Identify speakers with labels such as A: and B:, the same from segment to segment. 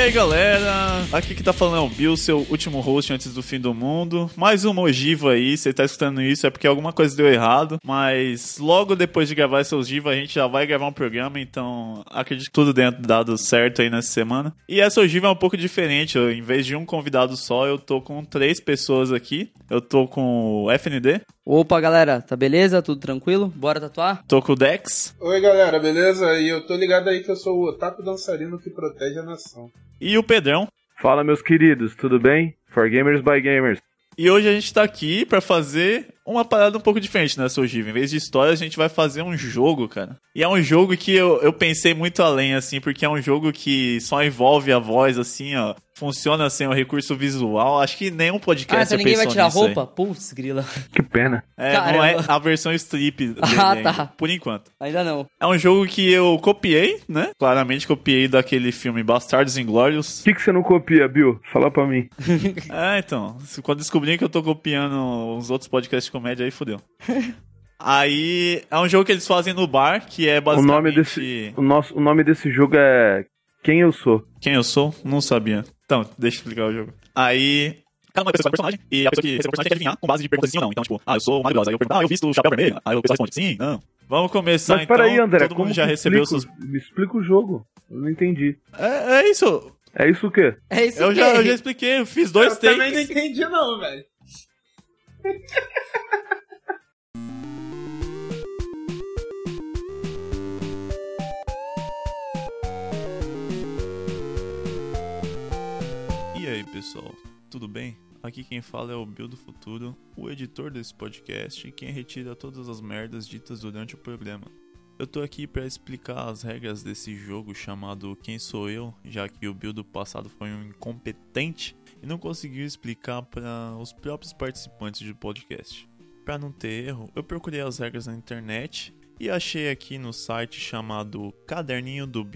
A: aí, galera? Aqui que tá falando é o Bill, seu último host antes do fim do mundo. Mais uma ogiva aí, você tá escutando isso é porque alguma coisa deu errado, mas logo depois de gravar essa ogiva a gente já vai gravar um programa, então acredito que tudo dentro dado certo aí nessa semana. E essa ogiva é um pouco diferente, eu, em vez de um convidado só, eu tô com três pessoas aqui. Eu tô com o FND,
B: Opa, galera, tá beleza? Tudo tranquilo? Bora tatuar?
A: tô com o Dex
C: Oi galera, beleza? E eu tô ligado aí que eu sou o Otaku Dançarino que protege a nação.
A: e o Pedrão.
D: Fala, meus queridos, tudo bem? For Gamers by Gamers.
A: E hoje a gente tá aqui pra fazer uma parada um pouco diferente nessa ogiva. Em vez de história, a gente vai fazer um jogo, cara. E é um jogo que eu, eu pensei muito além, assim, porque é um jogo que só envolve a voz, assim, ó. Funciona sem o recurso visual. Acho que nenhum podcast
B: ah, então
A: já
B: ninguém vai
A: pensou
B: tirar a
A: nisso aí.
B: roupa? Putz, grila.
D: Que pena.
A: É, não é
B: Caramba.
A: a versão strip.
B: Ah,
A: dele
B: tá.
A: ainda, Por enquanto.
B: Ainda não.
A: É um jogo que eu copiei, né? Claramente copiei daquele filme Bastardos Inglórios.
D: O que, que você não copia, Bill? Fala pra mim.
A: É, então. se- Quando descobrirem que eu tô copiando uns outros podcasts de comédia, aí fodeu. aí é um jogo que eles fazem no bar, que é
D: O
A: basicamente.
D: nome, desse, o, nosso, o nome desse jogo é Quem Eu Sou.
A: Quem eu sou? Não sabia. Então, deixa eu explicar o jogo. Aí. Cada uma pessoa escolhe um personagem, e a pessoa que recebe o personagem tem que adivinhar com base de perguntas sim ou não. Então, tipo, ah, eu sou maravilhosa. Aí eu pergunto, ah, eu visto o chapéu vermelho. Aí o pessoal responde, sim, não. Vamos começar
D: Mas
A: então.
D: peraí, André,
A: Todo
D: como
A: mundo já
D: que
A: recebeu
D: explica?
A: seus.
D: Me explica o jogo. Eu não entendi.
A: É, é isso.
D: É isso o quê?
B: É isso
A: Eu
B: que
A: já,
B: é.
A: eu já expliquei, eu fiz dois
C: eu
A: takes.
C: também não entendi não, velho.
A: E aí, pessoal, tudo bem? Aqui quem fala é o Bill do Futuro, o editor desse podcast e quem retira todas as merdas ditas durante o programa. Eu tô aqui pra explicar as regras desse jogo chamado Quem Sou Eu, já que o Bill do passado foi um incompetente e não conseguiu explicar para os próprios participantes do podcast. Pra não ter erro, eu procurei as regras na internet e achei aqui no site chamado caderninho do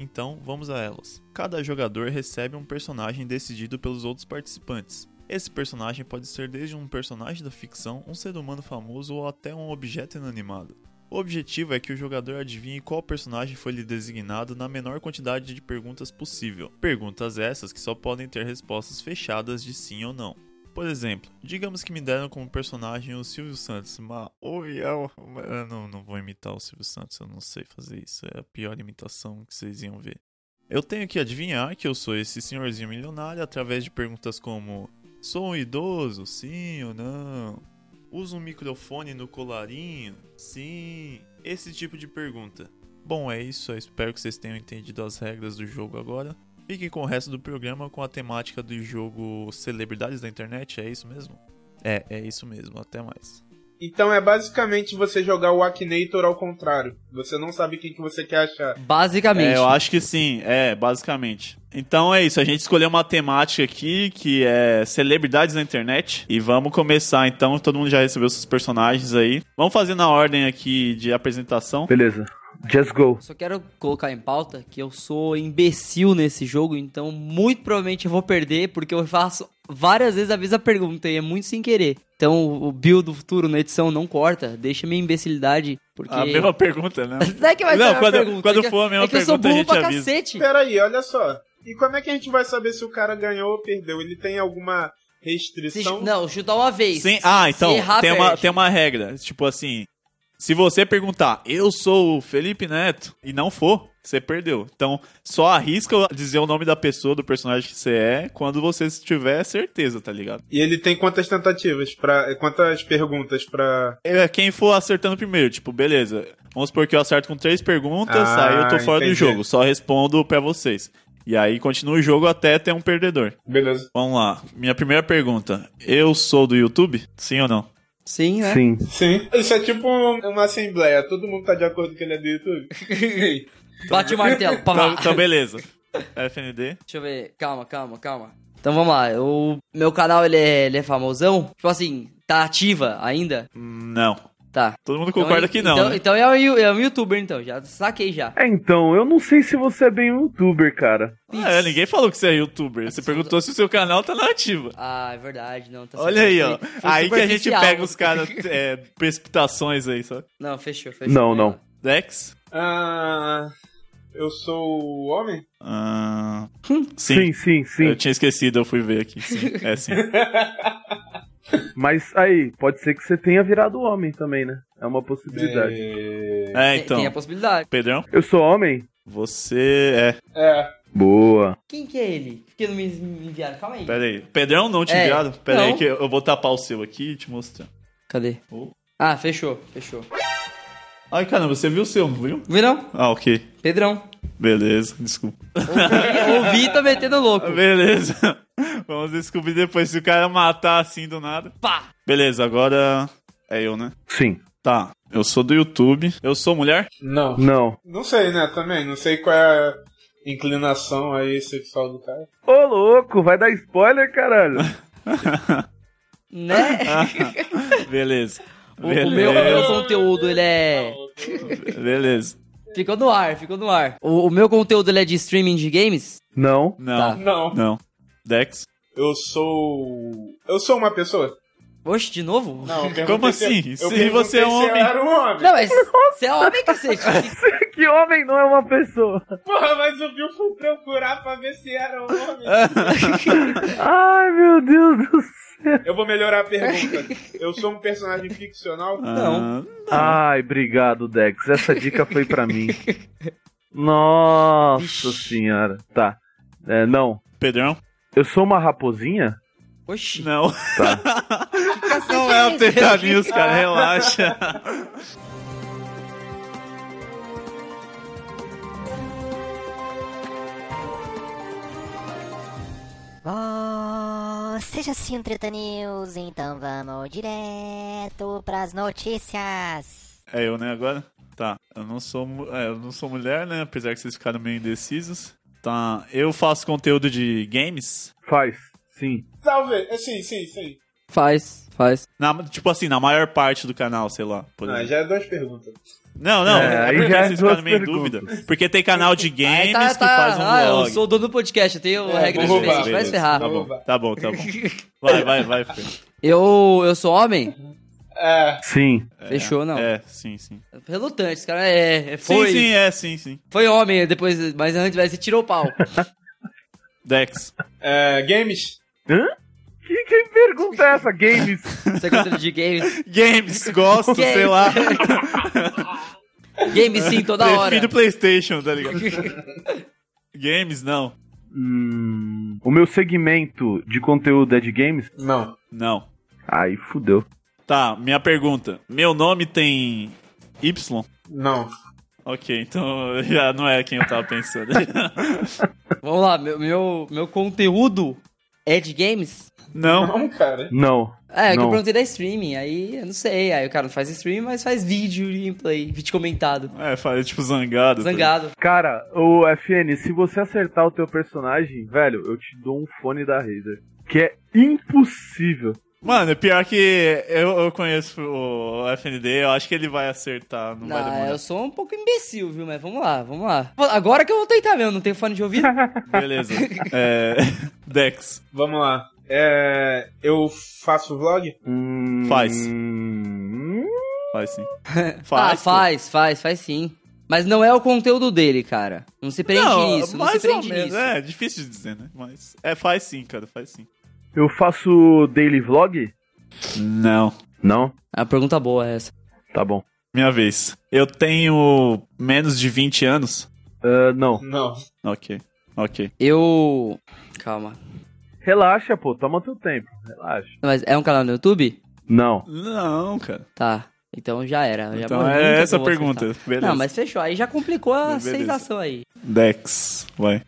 A: então, vamos a elas. Cada jogador recebe um personagem decidido pelos outros participantes. Esse personagem pode ser desde um personagem da ficção, um ser humano famoso ou até um objeto inanimado. O objetivo é que o jogador adivinhe qual personagem foi lhe designado na menor quantidade de perguntas possível. Perguntas essas que só podem ter respostas fechadas de sim ou não. Por exemplo, digamos que me deram como personagem o Silvio Santos, mas oi, eu eu não, não vou imitar o Silvio Santos, eu não sei fazer isso, é a pior imitação que vocês iam ver. Eu tenho que adivinhar que eu sou esse senhorzinho milionário através de perguntas como: sou um idoso? Sim ou não? Uso um microfone no colarinho? Sim. Esse tipo de pergunta. Bom, é isso, eu espero que vocês tenham entendido as regras do jogo agora. Fiquem com o resto do programa com a temática do jogo Celebridades da Internet, é isso mesmo? É, é isso mesmo, até mais.
C: Então é basicamente você jogar o Akinator ao contrário. Você não sabe quem que você quer achar.
B: Basicamente.
A: É, eu acho que sim, é, basicamente. Então é isso, a gente escolheu uma temática aqui que é celebridades na internet. E vamos começar então, todo mundo já recebeu seus personagens aí. Vamos fazer na ordem aqui de apresentação.
D: Beleza. Just go.
B: Só quero colocar em pauta que eu sou imbecil nesse jogo, então muito provavelmente eu vou perder, porque eu faço várias vezes a mesma pergunta e é muito sem querer. Então o Bill do futuro na edição não corta, deixa minha imbecilidade, porque...
A: A Ah, mesma pergunta, né?
B: Não é que vai
A: Não,
B: ser a mesma
A: quando-
B: pergunta.
A: quando
B: é que-
A: for a mesma
B: é que eu sou
A: pergunta, a
B: burro pra
A: gente avisa.
B: cacete.
C: Pera aí, olha só. E como é que a gente vai saber se o cara ganhou ou perdeu? Ele tem alguma
B: Se-
C: restrição?
B: Não, chutar uma vez.
A: Sim, ah,
B: Se
A: então
B: errar,
A: tem uma,
B: perde.
A: tem uma regra. Tipo assim, se você perguntar, eu sou o Felipe Neto, e não for, você perdeu. Então, só arrisca dizer o nome da pessoa, do personagem que você é, quando você tiver certeza, tá ligado?
C: E ele tem quantas tentativas para quantas perguntas pra.
A: É quem for acertando primeiro, tipo, beleza. Vamos supor que eu acerto com três perguntas,
C: Ah,
A: aí eu tô fora do
C: entendi.
A: jogo, só respondo pra vocês. E aí continua o jogo até ter um perdedor.
C: Beleza.
A: Vamos lá. Minha primeira pergunta. Eu sou do YouTube? Sim ou não?
B: Sim, né?
D: Sim.
C: Sim. Isso é tipo um- uma assembleia. Todo mundo tá de acordo que ele é do YouTube?
B: Bate o martelo. pá,
A: Então,
B: pá.
A: então beleza. FND.
B: Deixa eu ver. Calma, calma, calma. Então vamos lá. O meu canal, ele é, ele é famosão? Tipo assim, tá ativa ainda?
A: Não.
B: Tá.
A: Todo mundo concorda
B: Então,
A: que não.
B: Então,
A: né?
B: então é, um, yu- é um youtuber, então. Já saquei já.
D: É, então, eu não sei se você é bem um youtuber, cara.
A: Ah, é, ninguém falou que você é
B: Tá
A: youtuber. Você perguntou se o seu canal tá na ativa.
B: Ah, é verdade. Não, tá
A: Olha
B: certo.
A: aí, ó.
B: Foi- foi
A: Aí que a gente
B: superficial.
A: pega os caras é, precipitações aí, sabe?
B: Não, fechou, fechou.
D: Não, não.
A: Dex?
C: Ah, Eu sou o homem?
A: Ah, sim,
D: Hum, Sim, sim, sim.
A: Eu tinha esquecido, eu fui ver aqui. Sim, é sim.
D: Mas aí, pode ser que você tenha virado homem também, né? É uma possibilidade.
C: É.
A: É,
B: Tem-
A: então.
B: Tem a possibilidade.
A: Pedrão,
D: Eu sou homem?
A: você é.
C: É.
D: Boa.
B: Quem que é ele? Por que não me me enviaram? Calma aí.
A: Pera aí. Pedrão, não te
B: É,
A: enviaram? Pera aí,
B: não.
A: que eu vou tapar o seu aqui e te mostrar.
B: Cadê?
A: Oh.
B: Ah, fechou, fechou.
A: Ai, caramba, você viu o seu, não viu?
B: Virão,
A: Ah, ok.
B: Pedrão.
A: Beleza, desculpa.
B: O Vi tá metendo louco.
A: Beleza. Vamos descobrir depois se o cara matar assim do nada. Pá! Beleza, agora é eu, né?
D: Sim.
A: Tá. Eu sou do YouTube. Eu sou mulher?
C: Não.
D: Não.
C: Não sei, né? Também. Não sei qual é a inclinação aí sexual do cara.
D: Ô, louco, vai dar spoiler, caralho.
B: Né?
A: Ah, Beleza.
B: O, o meu, é o meu
A: Beleza.
B: conteúdo, ele é...
A: Beleza.
B: Ficou no ar, ficou no ar. O, o meu conteúdo, ele é de streaming de games?
D: Não.
A: Não.
B: Tá.
C: Não.
A: Não. Dex?
C: Eu sou. Eu sou uma pessoa?
B: Oxe, de novo?
C: Não, eu perguntei
A: Como
C: se-
A: assim?
C: eu
A: Se
C: perguntei
A: você é
C: se eu
A: homem.
C: era um homem.
B: Não, mas você é homem, cacete.
D: que homem não é uma pessoa.
C: Porra, mas o Bill foi procurar pra ver se era um homem.
D: Ai, meu Deus do céu.
C: Eu vou melhorar a pergunta. Eu sou um personagem ficcional?
B: Não.
A: Ah,
D: Ai, obrigado, Dex. Essa dica foi pra mim. Nossa
B: Vixe.
D: senhora. Tá. É, não.
A: Pedrão?
D: Eu sou uma raposinha?
B: Oxi.
A: Não.
D: Tá.
A: Não é o Tetanews,
B: Ah.
A: cara, relaxa.
E: Oh, seja assim, Treta News, então vamos direto pras notícias.
A: É eu, né, agora? Tá. Eu não sou, mu- é, eu não sou mulher, né? Apesar que vocês ficaram meio indecisos. Tá. Eu faço conteúdo de games.
D: Faz. Sim.
C: Talvez. É, Sim, sim, sim.
B: Faz, faz.
A: Na, tipo assim, na maior parte do canal, sei lá. por
C: Ah,
A: exemplo.
C: já é duas perguntas.
A: Não, não.
D: É,
A: É,
D: aí
A: porque
D: já é
A: vocês ficaram
D: duas
A: meio em
D: perguntas.
A: dúvida. Porque tem canal de games
B: Aí tá,
A: que
B: tá.
A: faz um
B: ah,
A: vlog.
B: eu sou o dono do podcast, eu tenho
C: É,
B: regra
C: vou
B: de vez,
C: roubar,
B: vai
A: beleza.
B: se ferrar.
A: Tá bom,
C: Vou
A: tá bom, tá bom. Vai, vai, vai, Fê.
B: Eu, eu sou homem?
C: É.
D: Sim.
B: Fechou, não.
A: É, sim, sim.
B: Relutante, esse cara é... é-
A: Sim,
B: Foi,
A: sim, é, sim, sim.
B: foi homem, depois, mas antes vai se tirou o pau.
A: Dex.
C: é games?
D: Hã? Que, que pergunta é essa? Games?
B: Você gosta de games?
A: Games, gosto, sei
B: Games.
A: lá.
B: Games sim, toda hora.
A: Prefiro Playstation, tá ligado? games, não.
D: Hum, o meu segmento de conteúdo é de games?
C: Não.
A: Não.
D: Aí fudeu.
A: Tá, minha pergunta. Meu nome tem Y?
C: Não.
A: Ok, então já não é quem eu tava pensando.
B: Vamos lá, meu, meu, meu conteúdo é de games?
A: não,
C: Não, cara.
D: Não.
B: É, é que eu
D: Não.
B: perguntei da streaming, aí eu não sei. Aí o cara não faz streaming, mas faz vídeo gameplay, vídeo comentado.
A: é, falei tipo zangado. tá ligado?
B: Zangado.
D: Cara, o FN, se você acertar o teu personagem, velho, eu te dou um fone da Razer. Que é impossível.
A: Mano, pior que eu, eu conheço o FND, eu acho que ele vai acertar, não, vai
B: Não,
A: demorar.
B: eu sou um pouco imbecil, viu? Mas vamos lá, vamos lá. Agora que eu vou tentar mesmo, não tenho fone de ouvido?
A: Beleza. É, Dex,
C: Vamos lá. É, eu faço vlog?
D: Hum,
A: Faz.
D: hum,
A: faz sim.
B: ah,
A: Faz. pô.
B: faz, faz, faz sim. Mas não é o conteúdo dele, cara. Não se prende
A: Não,
B: nisso, não
A: mais
B: se prende
A: ou menos.
B: nisso.
A: É, difícil de dizer, né? Mas é, faz sim, cara, faz sim.
D: Eu faço daily vlog?
A: Não.
D: Não?
B: É uma pergunta boa essa.
D: Tá bom.
A: Minha vez. Eu tenho menos de 20 anos?
D: Ah, não.
C: Não.
A: Ok, ok.
B: Eu. Calma.
D: Relaxa, pô. Toma teu tempo. Relaxa.
B: Mas é um canal no YouTube?
D: Não.
A: Não, cara.
B: Tá. Então já era. já
A: Então
B: morri,
A: é
B: nunca
A: essa a
B: vou acertar.
A: pergunta. Beleza.
B: Não, mas fechou. Aí já complicou a
A: Beleza.
B: sensação aí.
A: Dex, vai.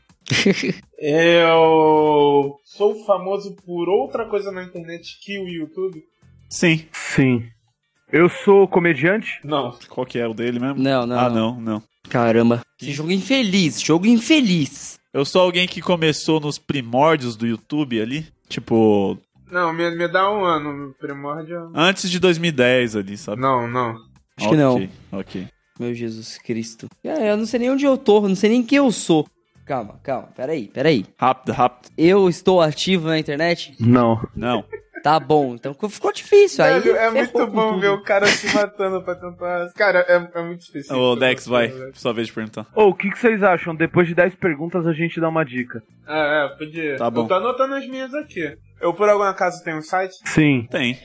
C: Eu sou famoso por outra coisa na internet que o YouTube?
A: Sim.
D: Sim. Eu sou comediante?
C: Não.
A: Qual que é o dele mesmo?
B: Não, não.
A: ah, não, não.
B: Caramba. Que jogo infeliz. Jogo infeliz.
A: Eu sou alguém que começou nos primórdios do YouTube ali. Tipo,
C: Não, me, me dá um ano, primordial.
A: antes de 2010 ali, sabe?
C: Não, não.
B: Acho que não.
A: Ok, ok.
B: Meu Jesus Cristo. É, Eu não sei nem onde eu tô. Não sei nem quem eu sou. Calma, calma. Peraí, peraí.
A: Rápido, rápido.
B: Eu estou ativo na internet?
D: Não.
A: Não.
B: Tá bom, então ficou difícil. Aí
C: Velho, é
B: ferrou
C: muito
B: com
C: bom
B: tudo.
C: ver o cara se matando pra tentar. Cara, é, é muito difícil.
A: Ô, Dex, vai. Sua vez de perguntar.
D: Ô, o que, que vocês acham? Depois de 10 perguntas a gente dá uma dica.
C: Ah, é, podia.
A: Tá bom.
C: Eu tô anotando as minhas aqui. Eu, por algum acaso, tenho um site?
D: Sim.
A: Tem.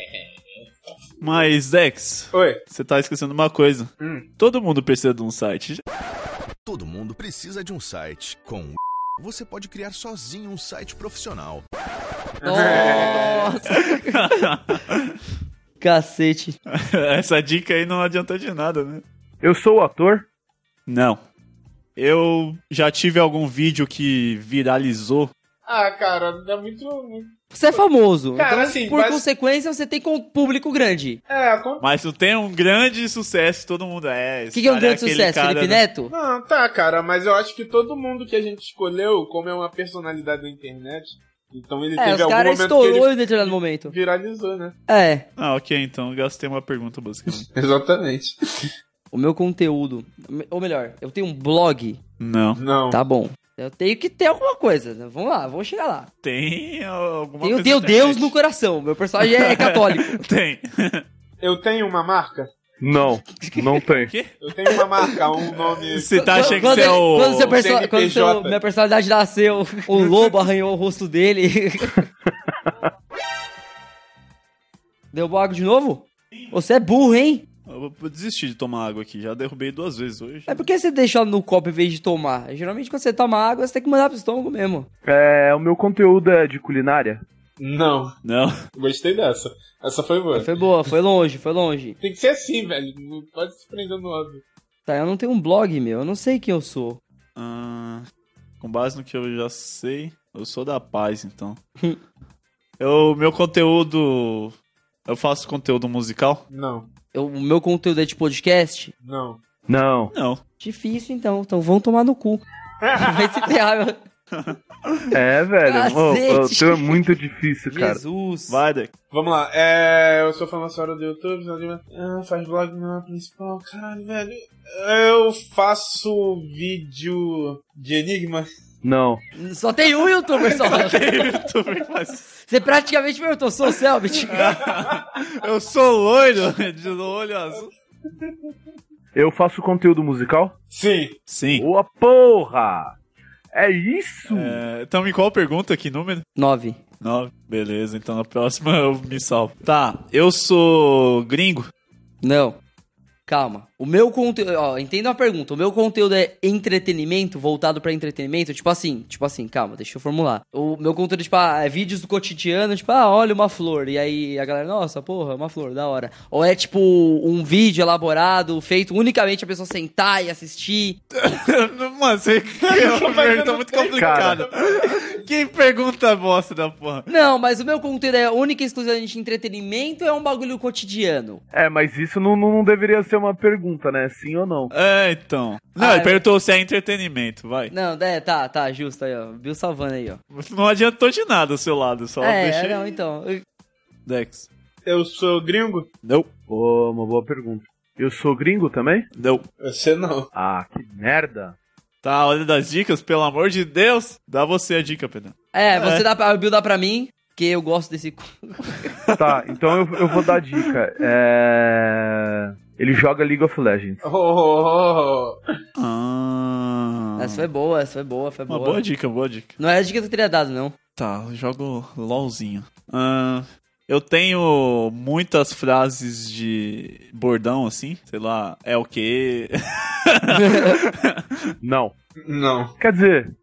A: Mas, Dex,
C: Oi.
A: você tá esquecendo uma coisa.
C: Hum.
A: Todo mundo precisa de um site.
F: Todo mundo precisa de um site. Com o você pode criar sozinho um site profissional.
B: Nossa! Cacete.
A: Essa dica aí não adiantou de nada, né?
D: Eu sou o ator?
A: Não. Eu já tive algum vídeo que viralizou.
C: Ah, cara, é muito. muito-
B: Você é famoso.
C: Cara,
B: então,
C: assim,
B: por
C: mas-
B: consequência, você tem com um público grande.
C: É, acontece.
A: Mas tu tem um grande sucesso, todo mundo é.
B: O
A: esse
B: que, que é um
A: cara
B: grande
A: aquele
B: sucesso,
A: cara
B: Felipe
A: do-
B: Neto?
C: Não, tá, cara, mas eu acho que todo mundo que a gente escolheu, como é uma personalidade da internet, então ele
B: É,
C: teve
B: os
C: algum
B: caras
C: momento que
B: estourou
C: ele
B: em determinado momento.
C: viralizou, né?
B: É.
A: Ah, ok, então eu gastei uma pergunta basicamente.
C: Exatamente.
B: O meu conteúdo. Ou melhor, eu tenho um blog.
A: Não.
C: Não.
B: Tá bom. Eu tenho que ter alguma coisa. né? Vamos lá, vou chegar lá.
A: Tem alguma
B: Tenho,
A: coisa.
B: tenho
A: na
B: Deus
A: internet?
B: no coração. Meu personagem é católico.
A: Tem.
C: Eu tenho uma marca?
D: Não, não tem.
C: Eu tenho uma marca, um nome.
A: Você tá achando que
B: quando,
A: você é o.
B: quando seu perso-
C: CNPJ?
B: quando seu- minha personalidade nasceu, o lobo arranhou o rosto dele. Deu água de novo? Você é burro, hein?
A: Eu vou desistir de tomar água aqui, já derrubei duas vezes hoje.
B: É por que você deixou no copo em vez de tomar? Geralmente quando você toma água, você tem que mandar pro estômago mesmo.
D: É, o meu conteúdo é de culinária?
C: Não.
A: Não.
C: Gostei dessa. Essa foi boa.
B: Foi boa, foi longe, foi longe.
C: Tem que ser assim, velho. Não pode se prender no óbvio.
B: Tá, eu não tenho um blog, meu. Eu não sei quem eu sou.
A: Ah, com base no que eu já sei, eu sou da paz, então. eu, meu conteúdo. Eu faço conteúdo musical?
C: Não,
B: Eu- o meu conteúdo é de podcast?
C: não.
D: Não.
A: Não.
B: Difícil, então. Então vão tomar no cu. Vai se ferrar, meu.
D: É, velho. Ô, ô, O
B: Cacete.
D: teu é muito difícil, cara.
B: Jesus.
A: Vai, Deck.
C: Vamos lá, é. Eu sou formação do YouTube, sou de- ah, faz blog na principal, caralho, velho. Eu faço um vídeo de enigma.
D: Não.
B: Só tem um youtuber só.
A: Youtuber faz-
B: Você praticamente perguntou, sou o Selbit.
A: eu sou loiro, de olho azul.
D: Eu faço conteúdo musical?
C: Sim,
B: Uh.
A: Sim.
D: Boa porra! É isso?
A: É, então, em qual pergunta? Que número?
B: Nove.
A: Não, beleza, então na próxima eu me salvo. Tá, eu sou gringo?
B: Não. Calma. O meu conteúdo. Ó, entenda a pergunta. O meu conteúdo é entretenimento, voltado pra entretenimento? Tipo assim, tipo assim, calma, deixa eu formular. O meu conteúdo, tipo, ah, é vídeos do cotidiano, tipo, ah, olha uma flor. E aí a galera, nossa, porra, uma flor, da hora. Ou é tipo um vídeo elaborado, feito unicamente a pessoa sentar e assistir.
A: Mano, você é uma pergunta muito complicada. Quem pergunta bosta da porra?
B: Não, mas o meu conteúdo é única e exclusivamente entretenimento ou é um bagulho cotidiano?
D: É, mas isso não, não não deveria ser uma pergunta, né? Sim ou não?
A: É, então. Não,
B: Ah,
A: ele
B: é.
A: perguntou se é entretenimento, vai.
B: Não, é, tá, tá, justo aí, ó. Bill salvando aí, ó.
A: Não adiantou de nada o seu lado, só
B: é,
A: deixei.
B: não, então.
A: Dex.
C: eu sou gringo?
A: Não,
D: Pô, uma boa pergunta. Eu sou gringo também?
A: não.
C: Você não.
D: Ah, que merda.
A: Tá, olha das dicas, pelo amor de Deus. Dá você a dica, Pedro.
B: É, você dá pra, o Bill dá pra mim, que eu gosto desse. cu-
D: Tá, então eu, eu vou dar a dica. É... Ele joga League of Legends.
C: Oh, oh, oh, oh.
A: Ah.
B: Essa foi boa, essa foi boa, foi
A: Uma
B: boa.
A: boa dica, boa dica.
B: Não era a dica que eu teria dado, não.
A: Tá, eu jogo LOLzinho. Ah, eu tenho muitas frases de bordão, assim. Sei lá, é o quê?
D: Não.
C: Não.
D: Quer dizer,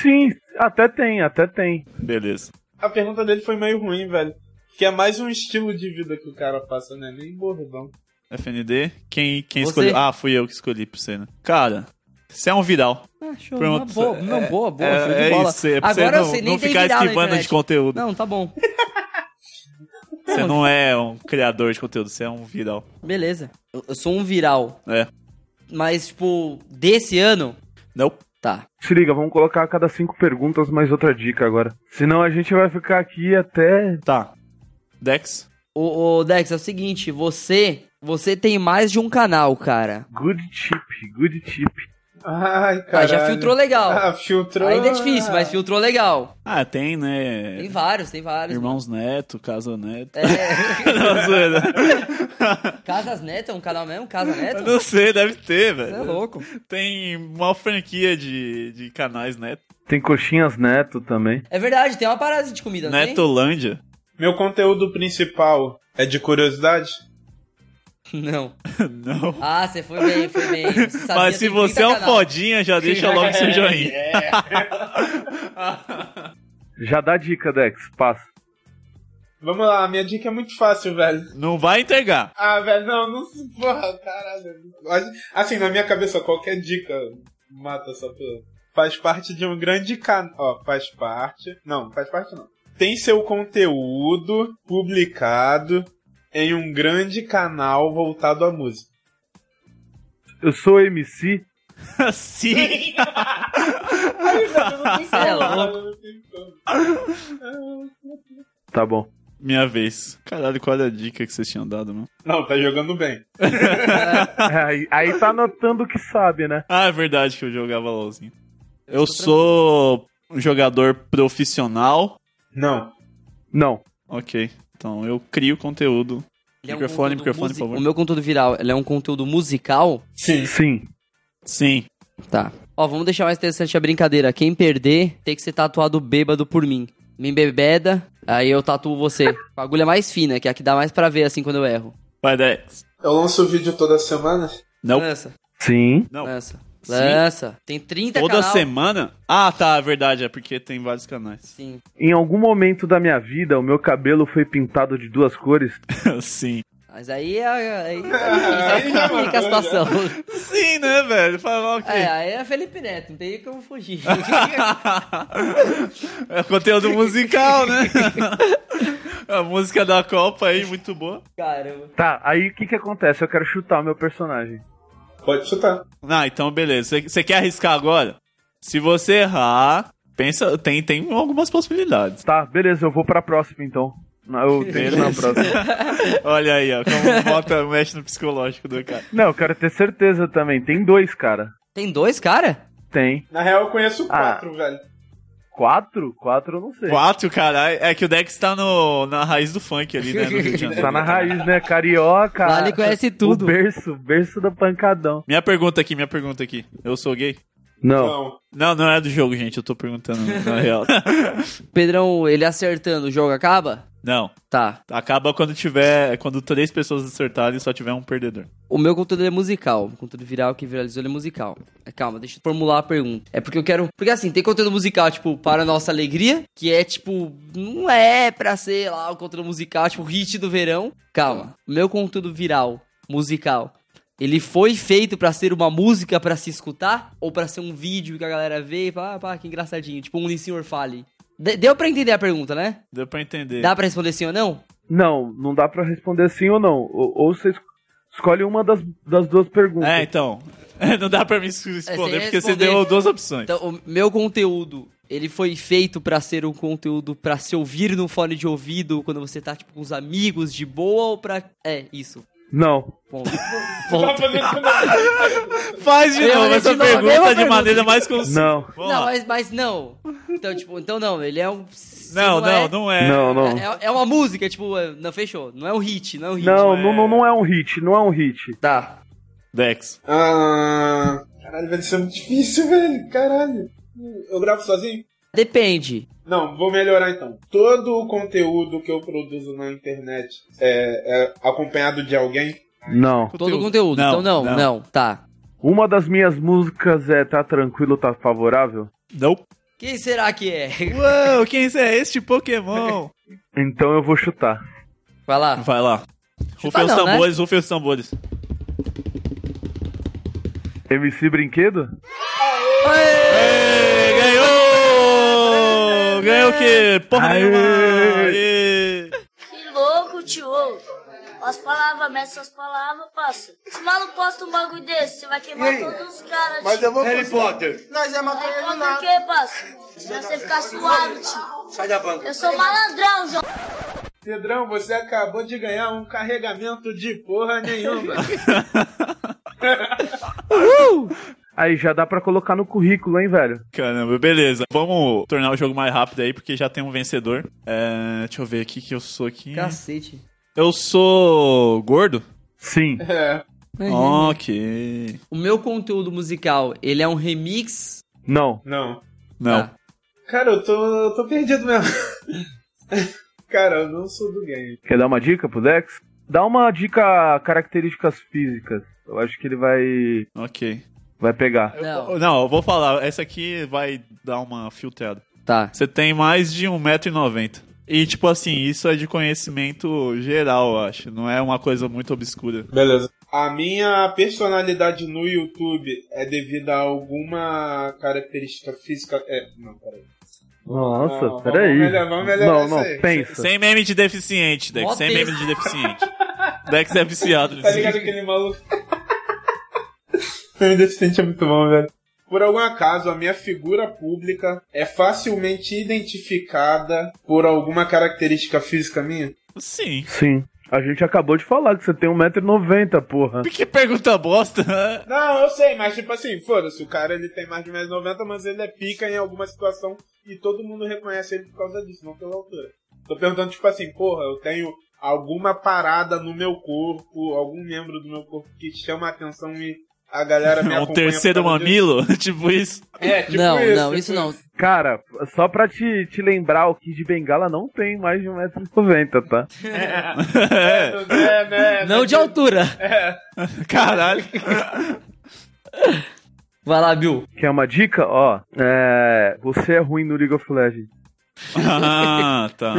D: sim, até tem, até tem.
A: Beleza.
C: A pergunta dele foi meio ruim, velho. Porque é mais um estilo de vida que o cara passa, né? Nem bordão.
A: FND, quem, quem
B: Você.
A: escolheu? Ah, fui eu que escolhi pra você, né? Cara, você é um viral.
B: Ah, show.
A: Pronto.
B: uma boa, não,
A: É-
B: boa, boa,
A: é,
B: show de
A: é
B: bola.
A: isso, é pra
B: Agora
A: você
B: eu
A: não,
B: sei, nem
A: não
B: tem
A: ficar
B: viral na
A: esquivando de
B: internet.
A: conteúdo.
B: Não, tá bom.
A: você
B: não.
A: não é um criador de conteúdo, você é um viral.
B: Beleza. Eu, eu sou um viral.
A: É.
B: Mas, tipo, desse ano.
A: Não.
B: Tá.
D: Se liga, vamos colocar a cada cinco perguntas mais outra dica agora. Senão a gente vai ficar aqui até.
A: Tá. Dex?
B: Ô, ô, Dex, é o seguinte, você. Você tem mais de um canal, cara.
D: Good tip, good tip.
C: Ai,
B: Ah,
C: cara.
B: já filtrou legal.
C: Ah, filtrou.
B: Ainda é difícil, mas filtrou legal.
A: Ah, tem, né?
B: Tem vários, tem vários.
A: Irmãos Neto, Casa Neto.
B: É,
A: Não, zoeira.
B: Casas Neto é um canal mesmo? Casa
A: Eu
B: Neto?
A: não sei, deve ter,
B: Você
A: velho.
B: é louco.
A: Tem uma franquia de, de canais Neto.
D: Tem coxinhas neto também.
B: É verdade, tem uma parada de comida, não tem?
A: Netolândia.
C: Meu conteúdo principal é de curiosidade?
B: Não.
A: Não.
B: Ah, você foi bem, foi bem. Você sabia,
A: Mas se
B: tem
A: você
B: 30
A: é um
B: canal.
A: fodinha, já deixa logo seu joinha.
C: É.
D: Já dá dica, Dex. Passa.
C: Vamos lá, minha dica é muito fácil, velho.
A: Não vai entregar.
C: Ah, velho, não, não se. Porra, caralho. Assim, na minha cabeça, qualquer dica mata essa pessoa. Faz parte de um grande canal. Ó, faz parte. Não, faz parte não. Tem seu conteúdo publicado em um grande canal voltado à música.
D: Eu sou MC.
A: Sim.
B: Você é louco.
D: Tá bom.
A: Minha vez. Caralho, qual era a dica que vocês tinham dado, mano?
C: Não, tá jogando bem.
D: Aí, aí tá anotando o que sabe, né?
A: Ah, é verdade que eu jogava LOLzinho. Eu sou um jogador profissional.
C: Não.
D: Não.
A: Ok. Então eu crio conteúdo.
B: Ele é um
A: Microfone,
B: conteúdo
A: microfone, por favor.
B: O meu conteúdo viral, ele é um conteúdo musical?
C: Sim.
D: Sim.
A: Sim.
B: Tá. Ó, vamos deixar mais interessante a brincadeira. Quem perder, tem que ser tatuado bêbado por mim. Me embebeda, aí eu tatuo você. A agulha mais fina, que é a que dá mais pra ver, assim, quando eu erro.
A: Vai, Dex.
C: Eu lanço vídeo toda semana?
A: Não.
B: Lança,
D: Sim.
A: Não.
B: lança,
A: Sim.
B: lança. Tem 30
A: Toda
B: é, canal.
A: semana? Ah, tá, é verdade. É porque tem vários canais.
B: Sim.
D: Em algum momento da minha vida, o meu cabelo foi pintado de duas cores.
A: Sim.
B: Mas aí, é- aí, aí, aí complica a situação.
A: Sim, né, velho? Falar o quê?
B: É, aí é Felipe Neto, não tem como fugir.
A: É conteúdo musical, né? A música da Copa aí, muito boa.
B: Caramba.
D: Tá, aí o que que acontece? Eu quero chutar o meu personagem.
C: Pode chutar.
A: Ah, então beleza. Você quer arriscar agora? Se você errar, pensa, tem, tem algumas possibilidades.
D: Tá, beleza, eu vou pra próxima então. Não, Eu tenho na
A: Beleza.
D: próxima.
A: Olha aí, ó, como bota mexe no psicológico do cara.
D: Não, eu quero ter certeza também. Tem dois, cara.
B: Tem dois, cara?
D: Tem.
C: Na real, eu conheço
D: Ah.
C: quatro, velho.
D: Quatro? Quatro eu não sei.
A: Quatro, caralho. É que o Dex tá no, na raiz do funk ali, né? no Rio de Janeiro.
D: Tá na raiz, né? Carioca.
B: Lá ele conhece
D: O
B: tudo.
D: berço, berço do pancadão.
A: Minha pergunta aqui, minha pergunta aqui. Eu sou gay?
D: Não.
C: Não.
A: Não, não é do jogo, gente. Eu tô perguntando na real.
B: Pedrão, ele acertando, o jogo acaba?
A: Não.
B: Tá.
A: Acaba quando tiver. Quando três pessoas acertarem e só tiver um perdedor.
B: O meu conteúdo é musical. O conteúdo viral que viralizou ele é musical. É, Calma, deixa eu formular a pergunta. É porque eu quero. Porque assim, tem conteúdo musical, tipo, para a nossa alegria, que é tipo. Não é pra ser lá o conteúdo musical, tipo, hit do verão. Calma. O meu conteúdo viral, musical, ele foi feito pra ser uma música pra se escutar? Ou pra ser um vídeo que a galera vê e fala, ah, pá, que engraçadinho. Tipo, um senhor fale. De- deu pra entender a pergunta, né?
A: Deu pra entender.
B: Dá pra responder sim ou não?
D: Não, não dá pra responder sim ou não. Ou, ou você es- escolhe uma das, das duas perguntas.
A: É, então. Não dá pra me responder,
B: É, você ia
A: porque você
B: responder.
A: deu duas opções.
B: Então, o meu conteúdo, ele foi feito pra ser um conteúdo pra se ouvir no fone de ouvido quando você tá, tipo, com os amigos de boa ou pra... É, isso.
D: Não.
B: Ponto.
C: Tá
B: Ponto.
C: fazendo isso
A: Faz de
B: Eu
A: novo
B: ia
A: essa
B: de novo a
A: pergunta
B: mesma
A: de
B: pergunta.
A: maneira mais concisa.
D: Não.
A: Vamos
B: Não, é
A: lá.
B: mas, mas não. Então, tipo, então não, ele é um... se
A: não, não,
B: é-
A: não é.
D: Não, não.
B: É, é uma música, tipo, é- não, fechou. Não é um hit, não é um hit.
D: Não,
A: é-
D: não, não, não é um hit, não é um hit.
B: Tá.
A: Dex.
C: Ah, caralho, vai ser muito difícil, velho. Caralho. Eu gravo sozinho?
B: Depende.
C: Não, vou melhorar então. Todo o conteúdo que eu produzo na internet é, é acompanhado de alguém?
D: Não.
B: Todo o conteúdo.
A: Não,
B: então não,
A: não.
B: não, Tá.
D: Uma das minhas músicas é Tá Tranquilo, Tá Favorável?
A: Não.
B: Quem será que é?
A: Uou, quem é este Pokémon?
D: Então eu vou chutar.
B: Vai lá.
A: Vai lá. Rufem
B: Chutar
A: os
B: não, né?
A: tambores, rufem os tambores.
D: MC Brinquedo?
A: Ê, ganhou! Ganhou o quê? Porra
D: Aê!
A: nenhuma! Aê!
G: Que louco, tio. As palavras, mestre, as palavras, passa. Se o maluco posta um bagulho desse, você vai queimar todos os caras, tio.
H: eu vou. Harry Potter. Nós é
G: Aí conta o que, passa? Pra você ficar suado, tio.
H: Sai da banca.
G: Eu sou malandrão, João.
C: Pedrão, você acabou de ganhar um carregamento de porra nenhuma.
D: A Aí já dá pra colocar no currículo, hein, velho?
A: Caramba, beleza. Vamos tornar o jogo mais rápido aí, porque já tem um vencedor. É, deixa eu ver aqui que eu sou aqui.
B: Cacete.
A: Eu sou gordo?
D: Sim.
C: É.
A: Ok.
B: O meu conteúdo musical, ele é um remix?
D: Não.
C: Não.
A: Não.
B: Ah,
C: Cara, eu tô, eu tô perdido mesmo. Cara, eu não sou do game.
D: Quer dar uma dica pro Dex? Dá uma dica características físicas. Eu acho que ele vai
A: Ok.
D: vai pegar.
B: não.
A: Não, eu vou falar. Essa aqui vai dar uma filtrada.
B: Tá.
A: Você tem mais de 1,90m. E, tipo assim, isso é de conhecimento geral, eu acho. Não é uma coisa muito obscura.
C: Beleza. A minha personalidade no YouTube é devido a alguma característica física. É, não, peraí.
D: Nossa,
C: Não,
D: peraí.
C: vamos melhorar, vamos melhorar
D: não,
C: essa
D: não,
C: aí.
D: pensa.
A: Sem meme de deficiente, Dex.
B: Mó
A: Sem meme
B: texto.
A: de deficiente. Dex é viciado
C: Tá
A: nisso.
C: ligado aquele maluco? Filme deficiente é muito bom, velho. Por algum acaso, a minha figura pública é facilmente identificada por alguma característica física minha?
A: Sim.
D: Sim. A gente acabou de falar que você tem 1,90m, porra.
A: Que pergunta bosta.
C: Não, eu sei, mas tipo assim, foda-se, o cara ele tem mais de 1,90m, mas ele é pica em alguma situação e todo mundo reconhece ele por causa disso, não pela altura. Tô perguntando, tipo assim, porra, eu tenho alguma parada no meu corpo, algum membro do meu corpo que chama a atenção e a galera me
A: É
C: acompanha.
A: um
C: por
A: terceiro
C: causa disso?
A: mamilo? tipo assim. isso.
C: É, tipo
B: não,
C: isso,
B: não,
C: tipo
B: isso não.
D: Cara, só pra te, te lembrar, o Kid Bengala não tem mais de 1,90m, tá?
A: É. tipo-
C: É, né?
B: Não de altura.
A: Caralho.
B: Vai lá, Bill.
D: Quer uma dica? Ó, é... você é ruim no League of Legends.
A: Ah, tá.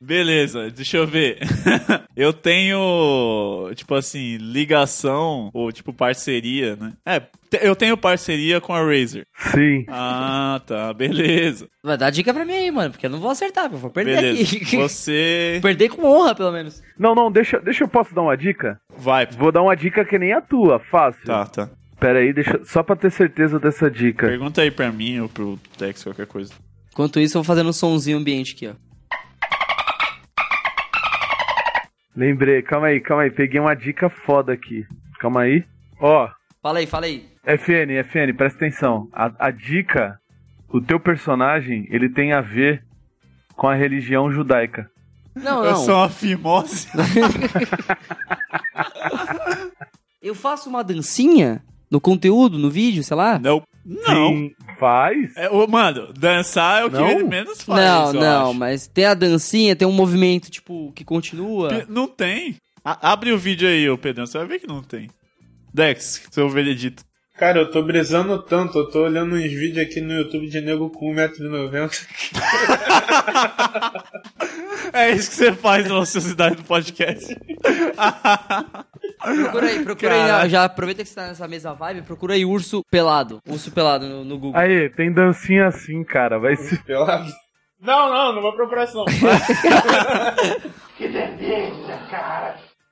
A: Beleza, deixa eu ver. Eu tenho, tipo assim, ligação ou tipo parceria, né? É, te- eu tenho parceria com a Razer.
D: Sim.
A: Ah, tá, beleza.
B: Vai dar dica pra mim aí, mano, porque eu não vou acertar, eu vou perder
A: Beleza.
B: aqui.
A: Você
B: Perder com honra, pelo menos.
D: Não, não, deixa, deixa eu posso dar uma dica?
A: vai.
D: Vou dar uma dica que nem a tua, fácil.
A: Tá, tá.
D: Pera aí, deixa, só pra ter certeza dessa dica.
A: Pergunta aí pra mim ou pro Tex qualquer coisa.
B: Enquanto isso, eu vou fazendo um sonzinho ambiente aqui, ó.
D: Lembrei, calma aí, calma aí, peguei uma dica foda aqui. Calma aí. Ó,
B: Fala aí, fala aí.
D: FN, FN, presta atenção. A, a dica, o teu personagem, ele tem a ver com a religião judaica.
B: Não,
A: Eu
B: não.
A: sou uma fimose.
B: Eu faço uma dancinha no conteúdo, no vídeo, sei lá.
A: não. Não.
D: Sim, faz?
A: É, ô, mano, dançar é o que
D: Não?
A: ele menos faz.
B: não,
A: eu
B: não,
A: acho.
B: mas tem a dancinha, tem um movimento, tipo, que continua.
A: Pe- Não tem. A- abre o vídeo aí, ô Pedrão, você vai ver que não tem. Dex, seu veredito.
C: Cara, eu tô brisando tanto, eu tô olhando uns vídeos aqui no YouTube de nego com 1,90m.
A: É isso que você faz na ociosidade do podcast.
B: Procura aí, procura aí.
A: Caraca.
B: Já, já aproveita que você tá nessa mesma vibe, procura aí urso pelado. Urso pelado no, no Google.
D: Aí, tem dancinha assim, cara, vai se...
C: Pelado. Não, não, não vou procurar isso não.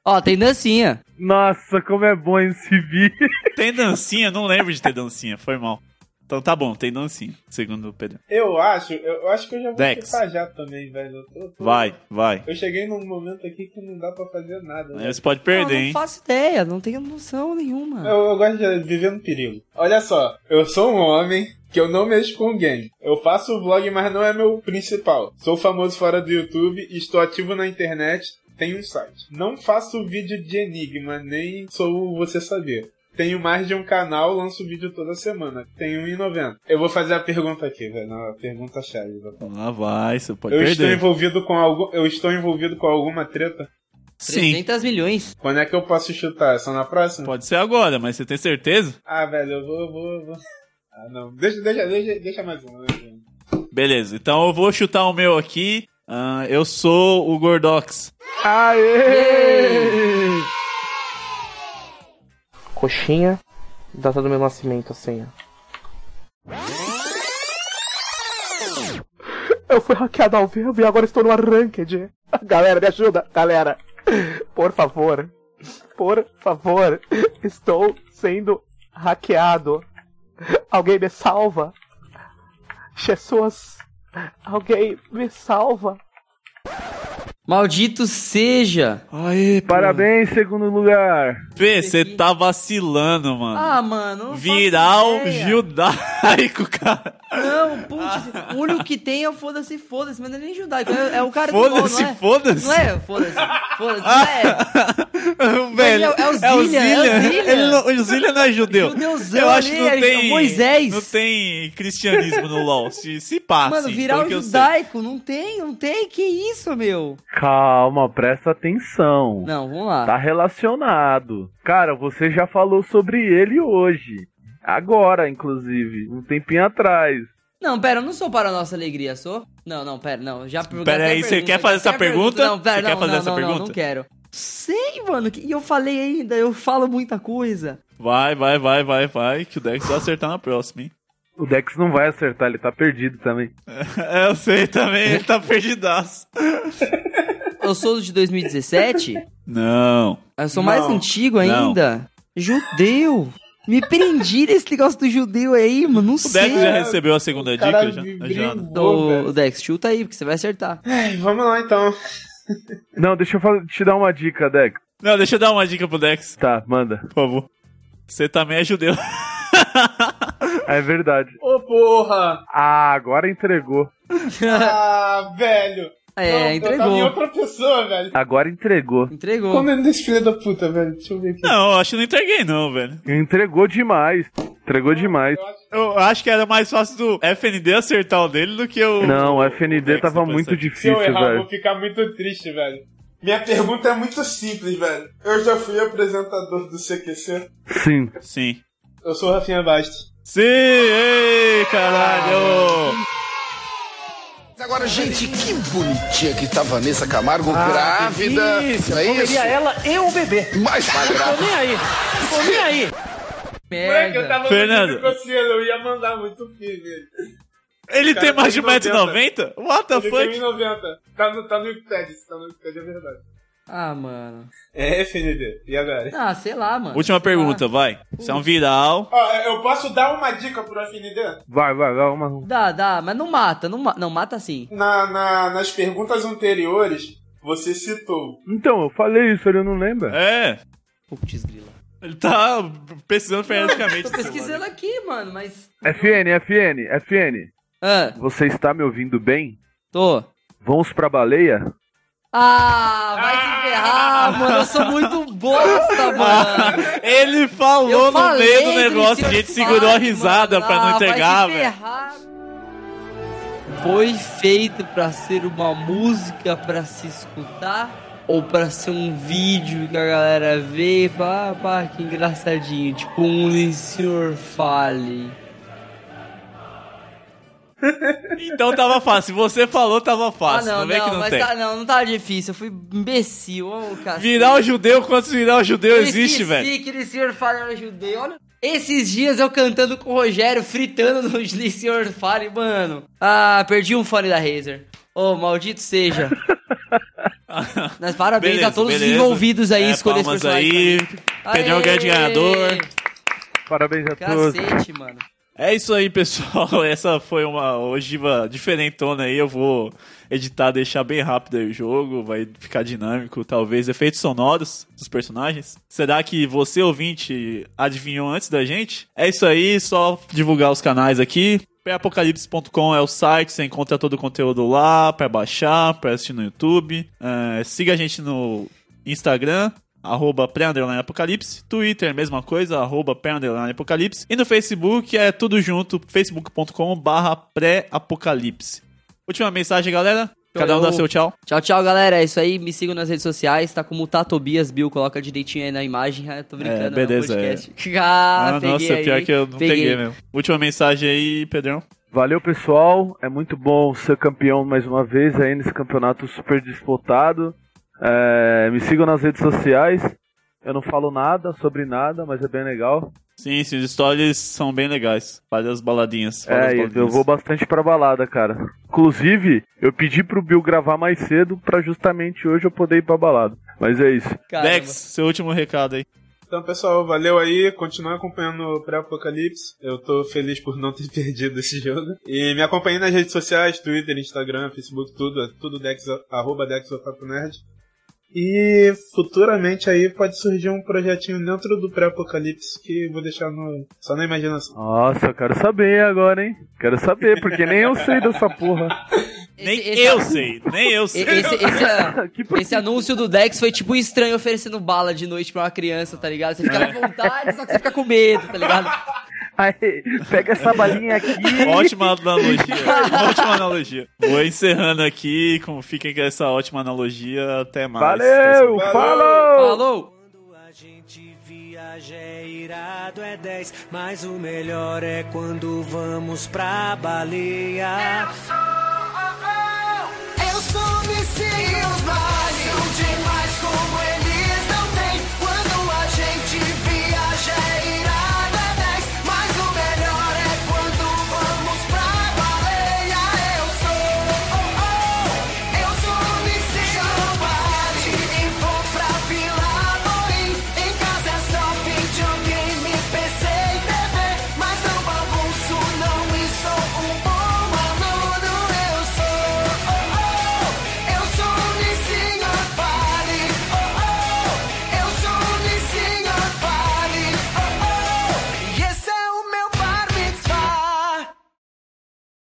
B: Ó, tem dancinha.
D: Nossa, como é bom esse vídeo.
A: tem dancinha? Não lembro de ter dancinha, foi mal. Então tá bom, tem dancinha, segundo o Pedrão.
C: Eu acho, eu acho que eu já vou
A: Dex.
C: chutar já também, velho. Eu tô- tô-
A: Vai, vai.
C: Eu cheguei num momento aqui que não dá pra fazer nada. né?
A: Aí Você pode
B: não,
A: perder,
B: não
A: hein?
B: faço ideia, não tenho noção nenhuma.
C: Eu, eu gosto de viver no perigo. Olha só, eu sou um homem que eu não mexo com game. Eu faço vlog, mas não é meu principal. Sou famoso fora do YouTube, estou ativo na internet, tenho um site. Não faço vídeo de enigma, nem sou o você saber. Tenho mais de um canal, lanço vídeo toda semana. Tenho 1,90. Eu vou fazer a pergunta aqui, velho. A pergunta chave. velho.
A: Lá vai, você pode
C: Eu estou
A: perder.
C: envolvido com algum, eu estou envolvido com alguma treta.
A: Sim,
B: 300 milhões.
C: Quando é que eu posso chutar? Só na próxima?
A: pode ser agora, mas você tem certeza?
C: Ah, velho, eu vou, eu vou, eu vou. Ah, não. Deixa, deixa, deixa, deixa mais um. mais um.
A: Beleza, então eu vou chutar o meu aqui. Ah, eu sou o Gordox.
D: Aê!
I: Coxinha, data do meu nascimento, a senha. Eu fui hackeado ao vivo e agora estou no ranked. Galera, me ajuda, galera. Por favor. Por favor. Estou sendo hackeado. Alguém me salva. Jesus. Alguém me salva.
B: Maldito seja!
A: Aê,
D: Parabéns, segundo lugar.
A: Fê, você tá vacilando, mano.
B: Ah, mano. não é. faço
A: Viral
B: ideia.
A: judaico, cara.
B: Não, putz, o único que tem é foda-se, foda-se, mas não é nem judaico, é, é o cara do
A: Foda-se,
B: LOL, não é?
A: foda-se. Ah,
B: Não é, foda-se, foda-se, não é?
A: Velho,
B: é o Zilha, é o Zilha.
A: Ele não- o Zilha não é judeu.
B: Judeuzão
A: Eu acho que
B: ali,
A: não
B: ele-
A: tem.
B: Moisés.
A: Não tem Ah, cristianismo no LOL. Se, se passa.
B: Mano, viral judaico, não tem, não tem, que isso, meu?
D: Calma, presta atenção.
B: Não, vamos lá.
D: Tá relacionado. Cara, você já falou sobre ele hoje. Agora, inclusive. Um tempinho atrás.
B: Não, pera, eu não sou para a nossa alegria, sou? Não, não, pera, não, já...
A: Pera aí, você quer fazer essa pergunta?
B: Não, pera,
A: Você
B: não,
A: quer fazer
B: não,
A: essa
B: não, não,
A: pergunta?
B: não quero. Sei, mano, que- e eu falei ainda, eu falo muita coisa.
A: Vai, vai, vai, vai, vai. Que o Dex vai acertar na próxima, hein?
D: O Dex não vai acertar, ele tá perdido também.
A: É, Eu sei também, ele tá perdidaço.
B: Eu sou de 2017,
A: Não.
B: eu sou mais
C: Não.
B: antigo
A: Não.
B: ainda. Judeu! Me prendi nesse negócio do judeu aí, mano, não
A: O Dex
B: sei.
A: já recebeu a segunda
C: O cara
A: dica? Já,
C: me
A: já.
C: brigou,
B: Ô,
C: velho.
B: Dex, chuta aí, porque você vai acertar.
C: Ai, Vamos lá então.
D: Não, deixa eu fa- te dar uma dica, Dex.
A: Não, deixa eu dar uma dica pro Dex,
D: Tá, manda.
A: por favor. Você também é judeu.
D: É verdade.
C: Ô porra!
D: Ah, agora entregou.
C: Ah, velho!
B: É,
J: tá
C: Não, Eu tava em
B: entregou.
C: outra pessoa, velho.
D: Agora entregou.
B: Entregou.
C: Como é desse filho da puta, velho? Deixa eu ver aqui.
A: Não, eu acho que não entreguei, não, velho.
D: Entregou demais. Entregou demais.
A: Eu acho que era mais fácil do FND acertar o dele do que o.
D: Não, o
A: o
D: FND
A: Dex
D: tava
A: depois
D: muito
A: acertar.
C: Se eu
D: difícil,
C: errar, eu
D: velho.
C: vou ficar muito triste, velho. Minha pergunta é muito simples, velho. Eu já fui apresentador do CQC.
D: Sim.
A: Sim.
C: Eu sou o Rafinha Bastos.
A: Sim! Ei, caralho!
F: Agora, gente, que bonitinha que tá Vanessa Camargo, grávida. é isso?
J: ela e o bebê.
F: Mais uma grávida.
J: nem aí. Tô nem aí.
B: É,
C: Moleque, eu
B: Merda.
C: tava
A: Fernando.
C: muito negociando, eu ia mandar muito filho, velho.
A: Ele
C: Cara,
A: tem mais de
C: tem
A: 1,90m? What the
C: Ele tem
A: fuck?
C: 90. Tá no, tá no Wikipedia, isso tá no Wikipedia, é verdade.
B: Ah, mano.
C: É, FND. E agora?
B: Ah, sei lá, mano.
A: Última
B: Sei lá.
A: pergunta, vai. Isso é um viral.
C: Ó, eu posso dar uma dica pro FND?
D: Vai, vai, um. vai. Uma...
B: Dá, dá, mas não mata, não, ma- não mata sim.
C: Na, na, nas perguntas anteriores, você citou
D: Então, eu falei isso, ele não lembra.
A: É.
B: Putz, grila.
A: Ele tá pesquisando
B: Tô
A: freneticamente.
B: pesquisando aqui, mano, mas.
C: É.
D: FN, FN, FN.
B: Ah,
D: Você está me ouvindo bem?
B: tô.
D: Vamos pra baleia?
B: Ah, vai se ferrar, mano. Eu sou muito
A: Ah!
B: bosta, mano.
A: Ele falou
B: Eu
A: no
B: falei
A: meio do
B: que
A: negócio,
B: esse
A: a gente
B: senhor
A: segurou a
B: faz,
A: risada
B: mano.
A: pra
B: Ah,
A: não entregar,
B: vai se
A: velho.
B: ferrar. Foi feito pra ser uma música pra se escutar? Ou pra ser um vídeo que a galera vê e fala, ah, pá, que engraçadinho. Tipo um senhor fale.
A: Então tava fácil. Se você falou, tava fácil. não, vê que não
B: mas
A: tem.
B: tá- Ah, não, não tá difícil. Eu fui imbecil, ó, cara.
A: Viral judeu, quantos viral judeu
B: Eu
A: existe,
B: esqueci
A: velho?
B: que o senhor Fale era judeu. Olha, esses dias eu cantando com o Rogério, fritando no Lee senhor Fale, mano. Ah, perdi um fone da Razer. Ô, maldito seja. Mas parabéns
A: Beleza,
B: a todos os
A: beleza.
B: envolvidos aí,
A: É,
B: em escolher esse
A: palmas
B: personagem.
A: aí. é
B: pra mim.
A: Perdeu o
B: Aê!
A: grande ganhador.
D: Parabéns a todos.
B: Cacete, mano.
A: É isso aí, pessoal. Essa foi uma ogiva diferentona aí. Eu vou editar, deixar bem rápido aí o jogo. Vai ficar dinâmico, talvez. Efeitos sonoros dos personagens. Será que você, ouvinte, adivinhou antes da gente? É isso aí. Só divulgar os canais aqui. Pré-apocalipse.com é o site, você encontra todo o conteúdo lá, pra baixar, pra assistir no YouTube. É, siga a gente no Instagram, arroba pré-apocalipse, Twitter, mesma coisa, arroba pré-apocalipse, e no Facebook é tudo junto, facebook.com barra pré-apocalipse. Última mensagem, galera. Cada um dá
B: Então Eu-
A: seu tchau.
B: Tchau, tchau, galera. É isso aí. Me sigam nas redes sociais. Tá como Tá Tobias Bill. Coloca direitinho aí na imagem. Ah, tô brincando.
A: É, beleza, é.
B: não, podcast. Ah, peguei
A: nossa,
B: aí.
A: pior que eu não peguei.
B: Peguei.
A: mesmo. Última mensagem aí, Pedrão.
D: Valeu, pessoal. É muito bom ser campeão mais uma vez aí nesse campeonato super disputado. É, me sigam nas redes sociais. Eu não falo nada sobre nada, mas é bem legal.
A: Sim, esses stories são bem legais. Faz as baladinhas. faz as
D: É,
A: baladinhas.
D: eu vou bastante pra balada, cara. Inclusive, eu pedi pro Bill gravar mais cedo pra justamente hoje eu poder ir pra balada. Mas é isso.
B: Caramba.
A: Dex, seu último recado aí.
C: Então, pessoal, valeu aí. Continue acompanhando o Pré-Apocalipse. Eu tô feliz por não ter perdido esse jogo. E me acompanhe nas redes sociais, Twitter, Instagram, Facebook, tudo. é Tudo Dex, arroba Dex Otaku Nerd. E futuramente aí pode surgir um projetinho dentro do Pré-Apocalipse que eu vou deixar no, só na imaginação.
D: Nossa, eu quero saber agora, hein? Quero saber, porque nem eu sei dessa porra.
A: Nem
B: é
A: eu sei, nem eu sei.
B: E- Esse, esse, esse anúncio do Dex foi tipo um estranho oferecendo bala de noite pra uma criança, tá ligado? Você fica na vontade, só que você fica com medo, tá ligado?
D: Aí, pega essa balinha aqui.
A: Ótima analogia. ótima analogia. Vou encerrando aqui. Com, fiquem com essa ótima analogia. Até mais.
D: Valeu,
A: Até semana.
D: Oh.
B: Falou!
I: Viagem é irado, é 10, mas o melhor é quando vamos pra baleia. Eu sou o Eu sou o Messias, um é oh, é um
F: um oh, Oh, Oh, é